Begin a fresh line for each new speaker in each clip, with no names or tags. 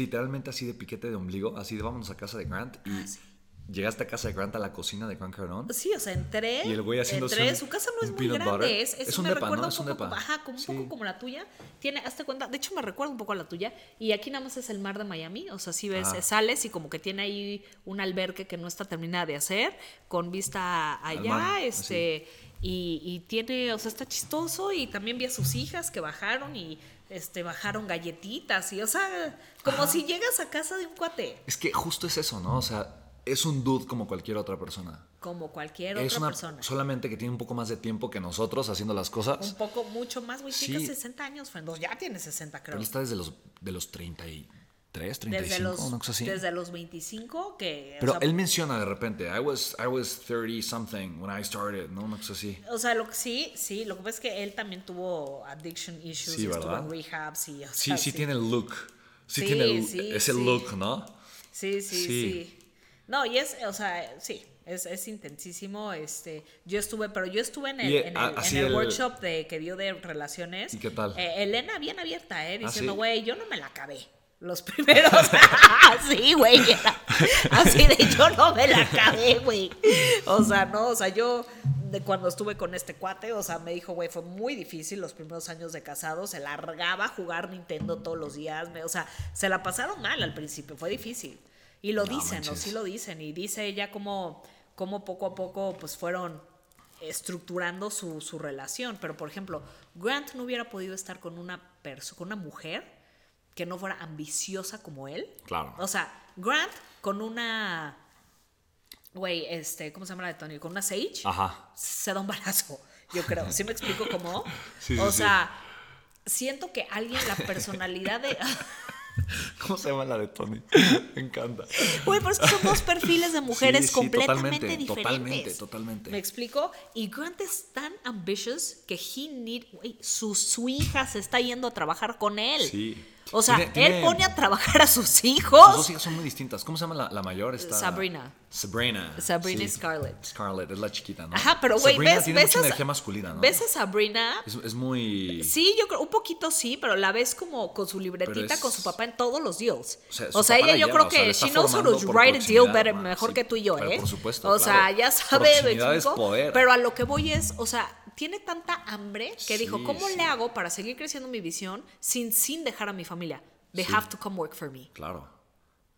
literalmente así de piquete de ombligo, así de vámonos a casa de Grant y
Ah, sí.
llegaste a casa de Grant a la cocina de Grant Cardone.
Sí, o sea, entré.
Y el güey haciéndose
entré.
un-
su casa no
un
es muy
peanut
grande.
butter.
Es, es,
Es un
me
depa,
recuerda
¿no?
un
Es un
poco, como-
depa.
ajá, como un
Sí.
poco como la tuya. Tiene, hazte cuenta, de hecho me recuerda un poco a la tuya. Y aquí nada más es el mar de Miami. O sea, si ves,
Ajá.
eh, sales y como que tiene ahí un albergue que no está terminada de hacer, con vista allá,
mar,
este. Y, y tiene, o sea, está chistoso. Y también vi a sus hijas que bajaron y este bajaron galletitas. Y, o sea, como si llegas a casa de un cuate.
Es que justo es eso, ¿no? O sea, es un dude como cualquier otra persona.
Como cualquier
es
otra
una
persona.
solamente que tiene un poco más de tiempo que nosotros haciendo las
un
cosas.
poco mucho más, güey.
Sí.
Chica, 60 años, Fernando. Ya tiene 60, creo.
Pero él está desde los de los 33, 35,
Desde los,
una cosa así.
desde los 25, que.
Pero
o, sea,
él menciona de repente, I was I was 30 something when I started, ¿no? Una cosa así.
o sea, lo que sí, sí. Lo que pasa es que él también tuvo addiction issues,
Sí,
y estuvo
¿verdad?
en rehabs y. o
Sí,
sea,
sí, tiene el look. Sí,
Ah, Sí,
tiene el-
sí,
ese
sí.
look, ¿no?
Sí, sí,
Sí.
sí, No, y es, o sea, sí, es, es intensísimo. Este, yo estuve, pero yo estuve en el,
Y,
en
a-
el,
así
en el
el-
workshop de, que dio de relaciones.
¿Y qué tal?
Eh, Elena bien abierta, eh,
¿Ah,
diciendo,
sí?
güey, yo no me la acabé. Los primeros, así, güey, era así de yo no me la acabé, güey. O sea, no, o sea, yo de cuando estuve con este cuate, o sea, me dijo, güey, fue muy difícil los primeros años de casado, se largaba a jugar Nintendo todos los días, me- o sea, se la pasaron mal al principio, fue difícil. Y lo
No
dicen, ¿no?
manches.
Sí lo dicen. Y dice ella cómo, cómo poco a poco pues fueron estructurando su, su relación. Pero, por ejemplo, Grant no hubiera podido estar con una persona, con una mujer que no fuera ambiciosa como él.
Claro.
O sea, Grant con una. Güey, este, ¿cómo se llama la de Tony? Con una Sage
Ajá.
se da un balazo, yo creo. ¿Sí me explico cómo?
Sí, sí,
o
sí.
sea, siento que alguien, la personalidad de.
¿Cómo se llama la de Tony? Me encanta.
Güey, pero es que son dos perfiles de mujeres
Sí, sí,
completamente
totalmente,
diferentes.
totalmente, totalmente.
¿Me explico? Y Grant es tan ambitious que he need. güey, su, su hija se está yendo a trabajar con él.
Sí.
O sea,
Tiene-
él
tiene-
pone a trabajar a sus
Sus
hijos.
dos hijas son muy distintas. ¿Cómo se llama la, la mayor? Está-
Sabrina.
Sabrina.
Sabrina y Scarlett.
Scarlett es la chiquita, ¿no?
Ajá, pero güey,
Sabrina
ves,
tiene
ves
mucha
a-
energía masculina, ¿no?
ves a Sabrina.
Es, es muy.
Sí, yo creo, un poquito sí, pero la ves como con su libretita,
es-
con su papá en todos los deals.
O sea,
O
su papá
sea, ella
la
yo
lleva,
creo
o sea,
que
le está
she knows how to
formando por
write a deal
proximidad,
better,
man,
mejor
sí,
que tú y yo,
pero
¿eh?
por supuesto,
O sea,
claro.
ya sabe, me
Proximidad es
explico?
poder.
Pero a lo que voy es, o sea, tiene tanta hambre que dijo,
Sí,
¿cómo
sí.
le hago para seguir creciendo mi visión sin, sin dejar a mi familia? They
Sí.
have to come work for me.
Claro.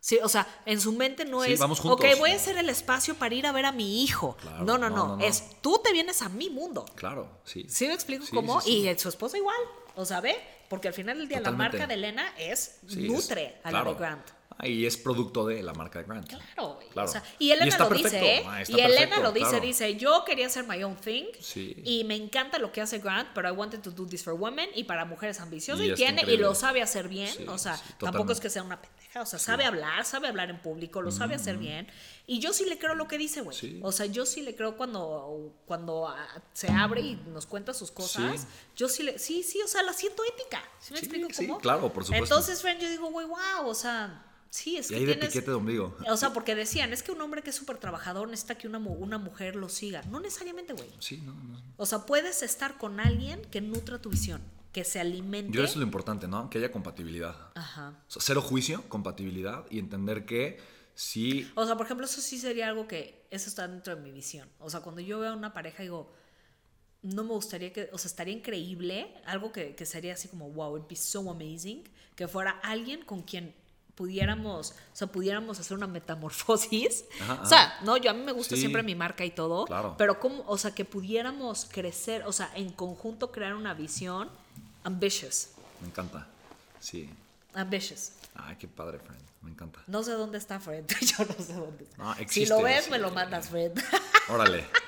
Sí, o sea, en su mente no
Sí,
es,
vamos
ok,
juntos".
voy a hacer el espacio para ir a ver a mi hijo.
Claro,
no, no, no,
no, no, no.
es, tú te vienes a mi mundo.
Claro, sí.
¿Sí me explico
Sí,
cómo?
sí, sí.
Y su esposa igual, o sea, ve, porque al final del día
Totalmente.
la marca de Elena es
Sí, es-
nutre a la de
claro.
Grant.
Ah, y es producto de la marca de Grant.
Claro, güey.
Claro.
O sea, y Elena
Y está
lo
perfecto,
dice, ¿eh?
ah, está
y Elena
perfecto,
lo dice,
claro.
dice, yo quería hacer my own thing
Sí.
y me encanta lo que hace Grant, pero I wanted to do this for women y para mujeres ambiciosas
Y
y,
está
tiene y
increíble.
lo sabe hacer bien,
Sí,
o sea,
sí,
tampoco es
totalmente.
que sea una pendeja, o sea, sabe hablar, sabe hablar en público, lo sabe hacer bien y yo sí le creo lo que dice, güey.
Mm. Sí.
O sea, yo sí le creo cuando cuando ah, se abre y nos cuenta sus cosas,
Sí.
yo sí le sí, sí, o sea, la siento ética. ¿Sí me
Sí,
explico
sí,
cómo?
claro, por supuesto.
Entonces, friend, yo digo, güey, wow, o sea, sí, es
Y
que
ahí de
tienes-
piquete de ombligo.
o sea, porque decían, es que un hombre que es súper trabajador necesita que una, mu- una mujer lo siga. No necesariamente, güey.
Sí, no, no.
O sea, puedes estar con alguien que nutra tu visión, que se alimente.
Yo creo que eso es lo importante, ¿no? Que haya compatibilidad.
Ajá.
O sea, cero juicio, compatibilidad y entender que sí.
O sea, por ejemplo, eso sí sería algo que eso está dentro de mi visión. O sea, cuando yo veo a una pareja digo, no me gustaría que, o sea, estaría increíble, algo que, que sería así como, wow, it'd be so amazing, que fuera alguien con quien pudiéramos, o sea, pudiéramos hacer una metamorfosis.
Ajá,
O sea, no, yo a mí me gusta
Sí.
siempre mi marca y todo,
Claro.
pero como, o sea, que pudiéramos crecer, o sea, en conjunto crear una visión ambitious,
Me encanta. Sí.
ambitious.
Ay, qué padre, friend. Me encanta.
No sé dónde está Fred, yo no sé dónde está.
No,
si
existe,
lo ves,
sí.
me lo mandas, Fred.
Órale.